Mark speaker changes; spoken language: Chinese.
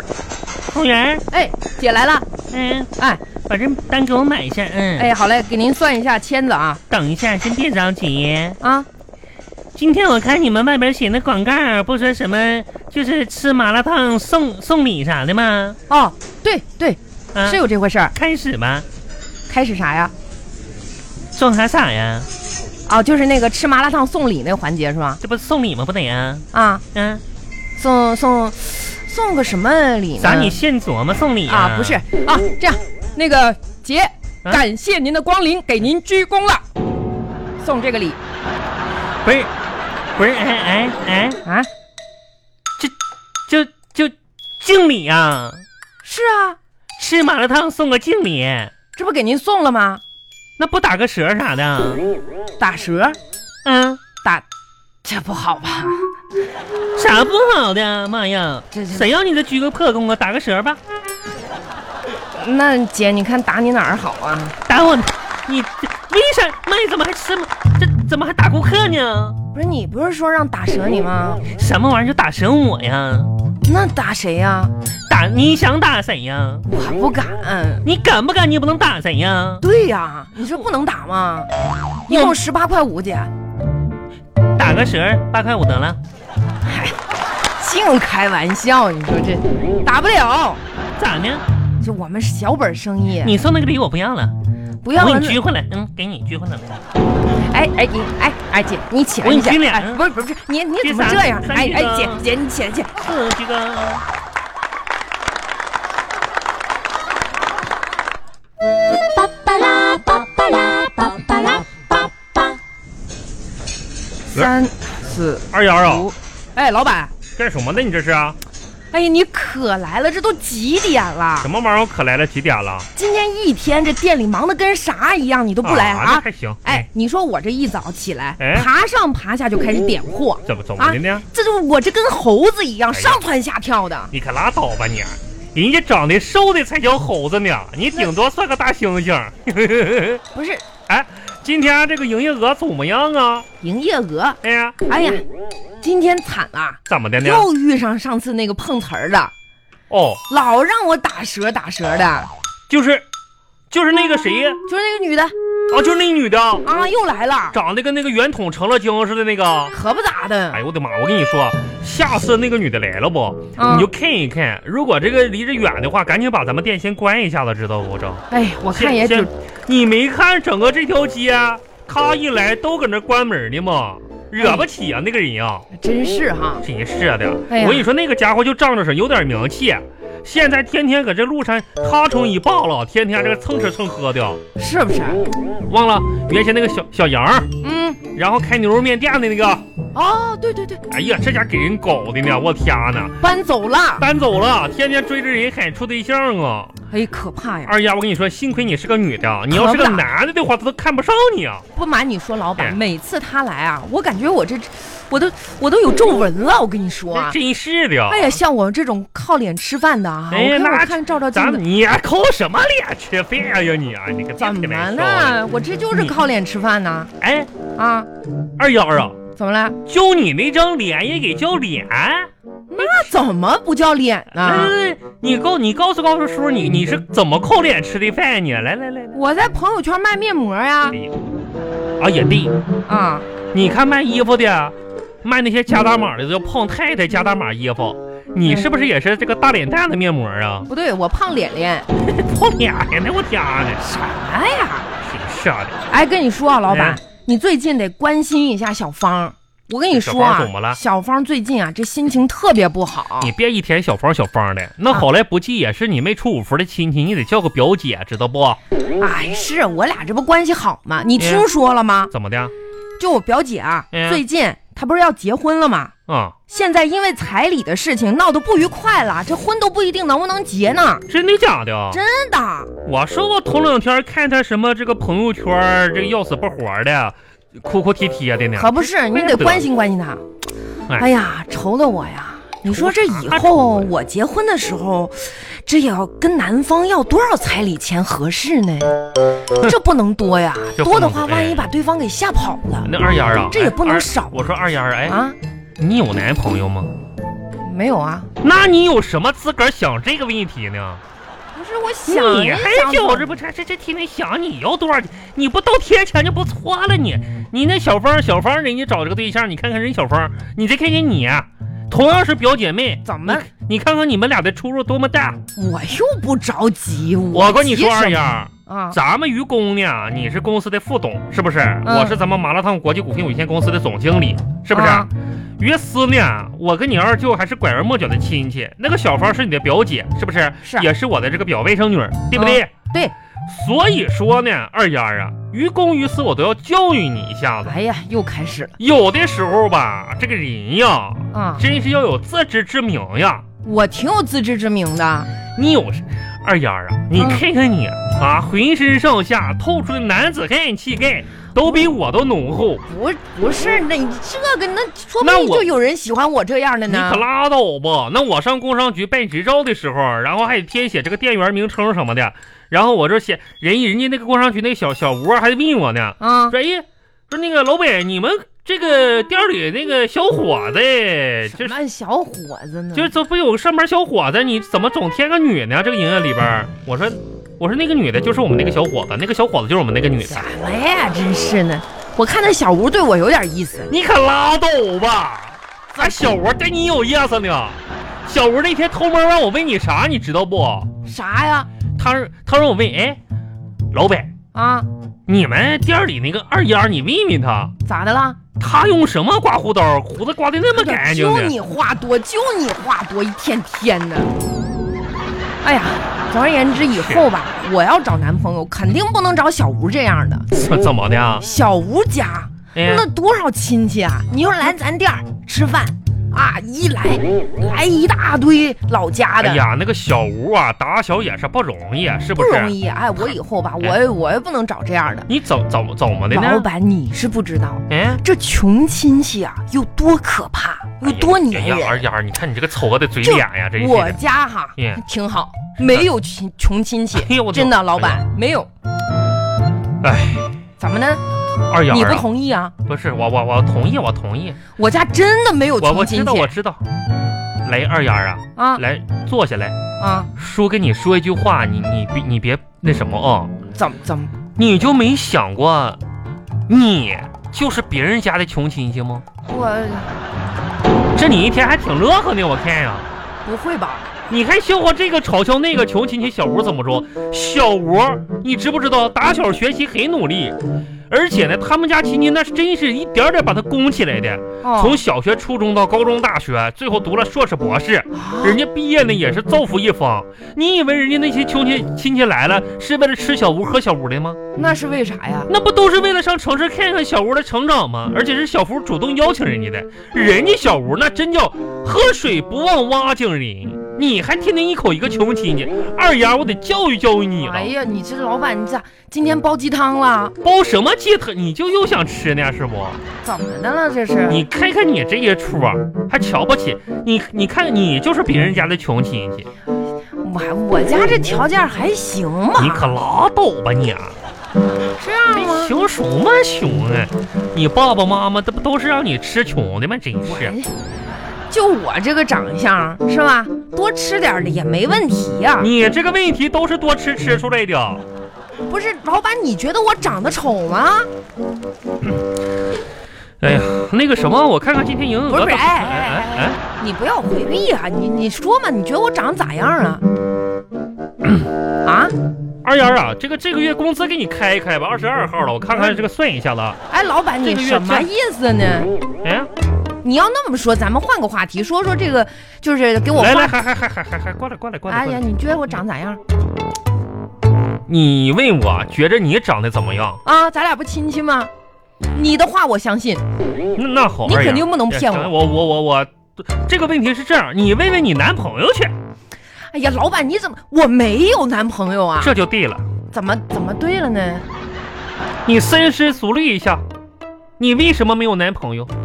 Speaker 1: 服务员，
Speaker 2: 哎，姐来了，
Speaker 1: 嗯，
Speaker 2: 哎
Speaker 1: 把这单给我买一下，嗯，
Speaker 2: 哎，好嘞，给您算一下签子啊
Speaker 1: 等一下，先别着急。
Speaker 2: 啊，
Speaker 1: 今天我看你们外边写那广告，不说什么就是吃麻辣烫送送礼啥的吗？
Speaker 2: 哦，对对，
Speaker 1: 啊
Speaker 2: 是有这回事儿。
Speaker 1: 开始吧，
Speaker 2: 开始啥呀？
Speaker 1: 送啥啥呀？
Speaker 2: 哦，就是那个吃麻辣烫送礼那个环节是吗？
Speaker 1: 这不送礼吗？不得呀，
Speaker 2: 啊，
Speaker 1: 嗯、
Speaker 2: 送送送个什么礼呢？
Speaker 1: 咋你现琢磨送礼呀
Speaker 2: 啊，不是啊，这样，那个姐，
Speaker 1: 啊
Speaker 2: 感谢您的光临，给您鞠躬了。送这个礼
Speaker 1: 不是，不是，哎哎哎，
Speaker 2: 啊？
Speaker 1: 就就敬礼啊！
Speaker 2: 是啊，
Speaker 1: 吃麻辣烫送个敬礼，
Speaker 2: 这不给您送了吗？
Speaker 1: 那不打个折啥的？啊
Speaker 2: 打折，
Speaker 1: 嗯，
Speaker 2: 打，这不好吧？
Speaker 1: 啥不好的？妈呀，
Speaker 2: 这这
Speaker 1: 谁要你这鞠个破躬啊？打个折吧，
Speaker 2: 那姐，你看打你哪儿好啊？
Speaker 1: 打我！你为啥？妈呀，怎么还吃吗？这怎么还打顾客呢？
Speaker 2: 不是你不是说让打折你吗？
Speaker 1: 什么玩意儿就打折我呀？
Speaker 2: 那打谁呀、
Speaker 1: 打你想打谁呀？
Speaker 2: 我不敢。
Speaker 1: 你敢不敢？你也不能打谁呀？
Speaker 2: 对呀、你说不能打吗？一共十八块五，姐，
Speaker 1: 打个折八块五得了，
Speaker 2: 净开玩笑。你说这打不了，
Speaker 1: 咋呢？
Speaker 2: 就我们小本生意，
Speaker 1: 你送那个礼我不要了，
Speaker 2: 不要
Speaker 1: 我给
Speaker 2: 了
Speaker 1: 你
Speaker 2: 那。
Speaker 1: 鞠回来，嗯，给你鞠回来了。
Speaker 2: 哎哎你哎哎姐，你起来，
Speaker 1: 我给你
Speaker 2: 起
Speaker 1: 鞠脸
Speaker 2: 来。哎不是不是不是，你你怎么这样？
Speaker 1: 鞠三
Speaker 2: 哎
Speaker 1: 鞠
Speaker 2: 哎
Speaker 1: 三
Speaker 2: 姐
Speaker 1: 鞠
Speaker 2: 姐，你起来起来。
Speaker 1: 嗯，鞠个。
Speaker 3: Pa pa la pa pa la pa pa la pa pa.
Speaker 2: 三四
Speaker 4: 二丫啊，
Speaker 1: 哦
Speaker 2: 五，哎老板，
Speaker 4: 干什么呢？你这是啊？
Speaker 2: 哎呀你可来了，这都几点了
Speaker 4: 什？么玩意儿？我可来了，几点了？
Speaker 2: 今天一天这店里忙得跟啥一样，你都不来
Speaker 4: 那
Speaker 2: 啊
Speaker 4: 还？行。
Speaker 2: 哎，，你说我这一早起来，
Speaker 4: 哎
Speaker 2: 爬上爬下就开始点货，
Speaker 4: 怎么怎么的呢？
Speaker 2: 这就我这跟猴子一样，
Speaker 4: 哎呀
Speaker 2: 上蹿下跳的。
Speaker 4: 你可拉倒吧你！人家长得瘦的才叫猴子呢，你顶多算个大猩猩。
Speaker 2: 不是
Speaker 4: 哎，今天这个营业额怎么样啊？
Speaker 2: 营业额，
Speaker 4: 哎呀，
Speaker 2: 哎呀，今天惨了，
Speaker 4: 怎么的呢？
Speaker 2: 又遇上上次那个碰瓷儿的，
Speaker 4: 哦，
Speaker 2: 老让我打折打折的，
Speaker 4: 就是，就是那个谁，
Speaker 2: 就是那个女的
Speaker 4: 啊，就是那女的，
Speaker 2: 啊，又来了，
Speaker 4: 长得跟那个圆筒成了精似的那个。
Speaker 2: 可不咋的
Speaker 4: 哎。呦我的妈！我跟你说，下次那个女的来了不，
Speaker 2: 嗯
Speaker 4: 你就看一看。如果这个离着远的话，赶紧把咱们店先关一下子，知道不？这
Speaker 2: 哎，我看
Speaker 4: 先
Speaker 2: 也就
Speaker 4: 先你没看整个这条街，啊咔一来都搁那关门呢吗？惹不起啊、那个人啊！
Speaker 2: 真是哈，
Speaker 4: 真是的，
Speaker 2: 哎呀
Speaker 4: 我跟你说，那个家伙就仗着是有点名气，现在天天搁这路上咔成一霸了，天天这个蹭吃蹭喝的。
Speaker 2: 是不是？
Speaker 4: 忘了原先那个小小杨儿，
Speaker 2: 嗯，
Speaker 4: 然后开牛肉面店的那个，
Speaker 2: 哦，对对对，
Speaker 4: 哎呀，这家给人搞的呢，我天呐！
Speaker 2: 搬走了，
Speaker 4: 搬走了，天天追着人喊处对象啊！
Speaker 2: 哎，可怕呀！
Speaker 4: 二丫，我跟你说，幸亏你是个女的，你要是个男的的话，他都看不上你啊！
Speaker 2: 不瞒你说，老板，
Speaker 4: 嗯
Speaker 2: 每次他来啊，我感觉我这，我都我都有皱纹了，我跟你说啊。
Speaker 4: 真是的，
Speaker 2: 哎呀，像我这种靠脸吃饭的啊，
Speaker 4: 哎呀
Speaker 2: 我看
Speaker 4: 那
Speaker 2: 我看照照镜
Speaker 4: 咱
Speaker 2: 子，
Speaker 4: 你抠什么脸吃饭呀你啊？你个
Speaker 2: 怎
Speaker 4: 别
Speaker 2: 么
Speaker 4: 开玩笑
Speaker 2: 了？我这就是靠脸吃饭呢
Speaker 4: 哎，
Speaker 2: 啊！
Speaker 4: 二丫啊，
Speaker 2: 怎么了？
Speaker 4: 就你那张脸也给叫脸？
Speaker 2: 啊那怎么不叫脸呢？
Speaker 4: 哎你告你告诉告诉叔，你你是怎么扣脸吃的饭呢？来来来，来
Speaker 2: 我在朋友圈卖面膜呀
Speaker 4: 哎呀啊也对，
Speaker 2: 啊！
Speaker 4: 你看卖衣服的，卖那些加大码的，都胖太太加大码衣服，
Speaker 2: 嗯
Speaker 4: 你是不是也是这个大脸蛋的面膜啊？
Speaker 2: 不对，我胖脸脸
Speaker 4: 胖脸呢，我天呐，
Speaker 2: 啥呀？
Speaker 4: 挺吓的。
Speaker 2: 哎，跟你说啊，老板
Speaker 4: 哎，
Speaker 2: 你最近得关心一下小芳。我跟你说
Speaker 4: 小
Speaker 2: 啊
Speaker 4: 芳怎么了，
Speaker 2: 小芳最近啊，这心情特别不好。
Speaker 4: 你别一天小芳小芳的，那好来不济也是你没出五福的亲戚，你得叫个表姐，知道不？
Speaker 2: 哎，是我俩这不关系好吗？你
Speaker 4: 哦哎
Speaker 2: 听说了吗？
Speaker 4: 怎么的？
Speaker 2: 就我表姐啊，
Speaker 4: 哎
Speaker 2: 最近她不是要结婚了吗？
Speaker 4: 啊、
Speaker 2: 现在因为彩礼的事情闹得不愉快了，这婚都不一定能不能结呢。
Speaker 4: 真的假的？
Speaker 2: 真的，
Speaker 4: 我说我头两天看他什么这个朋友圈儿，这个要死不活的，哭哭啼啼啊的呢。
Speaker 2: 可不是，你得关心关心她。
Speaker 4: 哎
Speaker 2: 哎呀，愁的我呀！你说这以
Speaker 4: 愁啥
Speaker 2: 后
Speaker 4: 愁呀
Speaker 2: 我结婚的时候，这也要跟男方要多少彩礼钱合适呢？这不能多呀，
Speaker 4: 这
Speaker 2: 多的
Speaker 4: 不能
Speaker 2: 话
Speaker 4: 多哎
Speaker 2: 万一把对方给吓跑了
Speaker 4: 那二丫啊，
Speaker 2: 这也不能
Speaker 4: 哎二
Speaker 2: 少
Speaker 4: 我说二丫啊，哎，
Speaker 2: 啊！
Speaker 4: 你有男朋友吗？
Speaker 2: 没有啊，
Speaker 4: 那你有什么资格想这个问题呢？
Speaker 2: 不是我想
Speaker 4: 你
Speaker 2: 也
Speaker 4: 还
Speaker 2: 想
Speaker 4: 觉
Speaker 2: 不
Speaker 4: 着不成？这这天天想你要多少钱？你不到贴钱就不错了你。你那小芳，小芳人家找这个对象，你看看人小芳，你再看看你，啊同样是表姐妹，
Speaker 2: 怎么？
Speaker 4: 你看看你们俩的出入多么大！
Speaker 2: 我又不着急，我
Speaker 4: 我跟你
Speaker 2: 急
Speaker 4: 说，
Speaker 2: 什
Speaker 4: 二
Speaker 2: 么
Speaker 4: 丫，
Speaker 2: 啊，嗯
Speaker 4: 咱们愚公呢，你是公司的副董，是不是？我是咱们麻辣烫国际股份有限公司的总经理，是不是？
Speaker 2: 啊
Speaker 4: 于思呢，我跟你二舅还是拐弯抹角的亲戚，那个小芳是你的表姐，是不是？
Speaker 2: 是啊嗯
Speaker 4: 也是我的这个表外甥女儿，对不对？
Speaker 2: 对。
Speaker 4: 所以说呢，二丫啊，于公于私我都要教育你一下子。
Speaker 2: 哎呀，又开始了
Speaker 4: 有的时候吧，这个人呀，
Speaker 2: 啊！
Speaker 4: 真是要有自知之明呀。
Speaker 2: 我挺有自知之明的，
Speaker 4: 你有事二丫啊，你
Speaker 2: 嗯
Speaker 4: 看看你啊，浑身上下透出的男子汉气概，都比我都浓厚。
Speaker 2: 不不是那你这个那说不
Speaker 4: 那
Speaker 2: 定
Speaker 4: 我
Speaker 2: 就有人喜欢我这样的啊
Speaker 4: 你
Speaker 2: 呢
Speaker 4: 可。拉倒吧！那我上工商局办执照的时候，然后还得填写这个店员名称什么的，然后我这写人人家那个工商局那个小小吴还问我呢，
Speaker 2: 啊，
Speaker 4: 说哎说那个老板，你们这个店里那个小伙子，就
Speaker 2: 什
Speaker 4: 是
Speaker 2: 么小伙子呢？
Speaker 4: 就是这不有个上班小伙子，你怎么总添个女呢？这个营业里边儿，我说我说那个女的就是我们那个小伙子，那个小伙子就是我们那个女的
Speaker 2: 什。么呀，真是呢！我看那小吴对我有点意思，
Speaker 4: 你可拉倒吧！俺小吴对你有意思呢。小吴那天偷摸让我问你啥，你知道不？
Speaker 2: 啥呀？
Speaker 4: 他说他让我问，哎，老板，
Speaker 2: 啊，
Speaker 4: 你们店里那个二丫，你问问他，
Speaker 2: 咋的啦？
Speaker 4: 他用什么刮胡刀？胡子刮的那么干净
Speaker 2: 就
Speaker 4: 呢？
Speaker 2: 你话多，就你话多，一天天的。哎呀，总而言之，以后吧，我要找男朋友，肯定不能找小吴这样的。
Speaker 4: 怎怎么的啊？
Speaker 2: 小吴家
Speaker 4: 哎呀
Speaker 2: 那多少亲戚啊！你说来咱店儿吃饭啊，一来来一大堆老家的，
Speaker 4: 哎呀，那个小吴啊，打小也是不容易，是
Speaker 2: 不
Speaker 4: 是？
Speaker 2: 容易。哎，我以后吧，我
Speaker 4: 哎
Speaker 2: 也我也不能找这样的。
Speaker 4: 你怎怎么怎么的
Speaker 2: 老
Speaker 4: 呢？
Speaker 2: 板，你是不知道，
Speaker 4: 哎，
Speaker 2: 这穷亲戚啊，有多可怕，有多粘
Speaker 4: 哎呀，二
Speaker 2: 人。
Speaker 4: 丫，你看你这个丑恶的嘴
Speaker 2: 就
Speaker 4: 脸呀，这一
Speaker 2: 我
Speaker 4: 些。
Speaker 2: 家哈
Speaker 4: 哎
Speaker 2: 挺好，没有穷穷亲戚
Speaker 4: 哎呦我，的
Speaker 2: 真的，老
Speaker 4: 哎
Speaker 2: 板没有。
Speaker 4: 哎，
Speaker 2: 怎么呢？
Speaker 4: 二丫
Speaker 2: 你不
Speaker 4: 啊，
Speaker 2: 同意啊？
Speaker 4: 不是我我我同意，我同意。
Speaker 2: 我家真的没有
Speaker 4: 我我
Speaker 2: 穷
Speaker 4: 知
Speaker 2: 亲
Speaker 4: 道
Speaker 2: 戚
Speaker 4: 我知道，来二丫啊，
Speaker 2: 啊
Speaker 4: 来坐下来，
Speaker 2: 啊！
Speaker 4: 叔跟你说一句话，你你别你别那什么啊、
Speaker 2: 怎么怎么？
Speaker 4: 你就没想过，你就是别人家的穷亲戚吗？
Speaker 2: 我
Speaker 4: 这你一天还挺乐呵呢，我看呀、
Speaker 2: 不会吧？
Speaker 4: 你还笑话这个嘲笑那个穷亲戚小吴怎么着？小吴，你知不知道打小学习很努力，而且呢，他们家亲戚那是真是一点点把他供起来的，从
Speaker 2: 哦，
Speaker 4: 小学、初中到高中、大学，最后读了硕士、博士。人家毕业呢也是造福一方。你以为人家那些亲戚亲戚来了是为了吃小吴喝小吴的吗？
Speaker 2: 那是为啥呀？
Speaker 4: 那不都是为了上城市看看小吴的成长吗？而且是小福主动邀请人家的，人家小吴那真叫喝水不忘挖井人，你还天天一口一个穷亲戚，二丫我得教育教育你了
Speaker 2: 哎。呀，你这老板，你咋今天煲鸡汤了？
Speaker 4: 煲什么鸡腿你就又想吃呢是不？
Speaker 2: 怎么的了？这是
Speaker 4: 你看看你这一出啊，还瞧不起你？你看你就是别人家的穷亲戚，
Speaker 2: 我我家这条件还行
Speaker 4: 你
Speaker 2: 吧？
Speaker 4: 可拉倒吧你、啊！
Speaker 2: 这样吗？
Speaker 4: 熊什么熊啊？你爸爸妈妈这不都是让你吃穷的吗？真
Speaker 2: 我
Speaker 4: 是，
Speaker 2: 就我这个长相是吧？多吃点儿的也没问题呀、
Speaker 4: 你这个问题都是多吃吃出来的。啊
Speaker 2: 不是老板，你觉得我长得丑吗？
Speaker 4: 嗯哎呀，那个什么，我看看今天营业额
Speaker 2: 不是不是，
Speaker 4: 怎么
Speaker 2: 哎哎哎
Speaker 4: 哎，
Speaker 2: 哎，你不要回避啊！你你说嘛，你觉得我长得咋样 啊？啊？
Speaker 4: 二丫啊，这个这个月工资给你开一开吧，二十二号了，我看看这个算一下子啊。
Speaker 2: 哎，老板，
Speaker 4: 这
Speaker 2: 你
Speaker 4: 个月
Speaker 2: 什么
Speaker 4: 赚
Speaker 2: 意思呢？
Speaker 4: 哎，
Speaker 2: 你要那么说，咱们换个话题，说说这个，就是给我
Speaker 4: 来来，
Speaker 2: 画。
Speaker 4: 还还还还还还过来过来过来
Speaker 2: 哎
Speaker 4: 过
Speaker 2: 呀，
Speaker 4: 来。
Speaker 2: 你觉得我长咋样
Speaker 4: 你问我觉着你长得怎么样？
Speaker 2: 啊？咱俩不亲戚吗？你的话我相信，
Speaker 4: 那那好，
Speaker 2: 你
Speaker 4: 二丫
Speaker 2: 肯定不能骗我
Speaker 4: 哦哎行我我我我，这个问题是这样，你问问你男朋友去，
Speaker 2: 哎呀，老板你怎么我没有男朋友啊？
Speaker 4: 这就对了。
Speaker 2: 怎么怎么对了呢？
Speaker 4: 你深思熟虑一下，你为什么没有男朋友？
Speaker 2: 嗯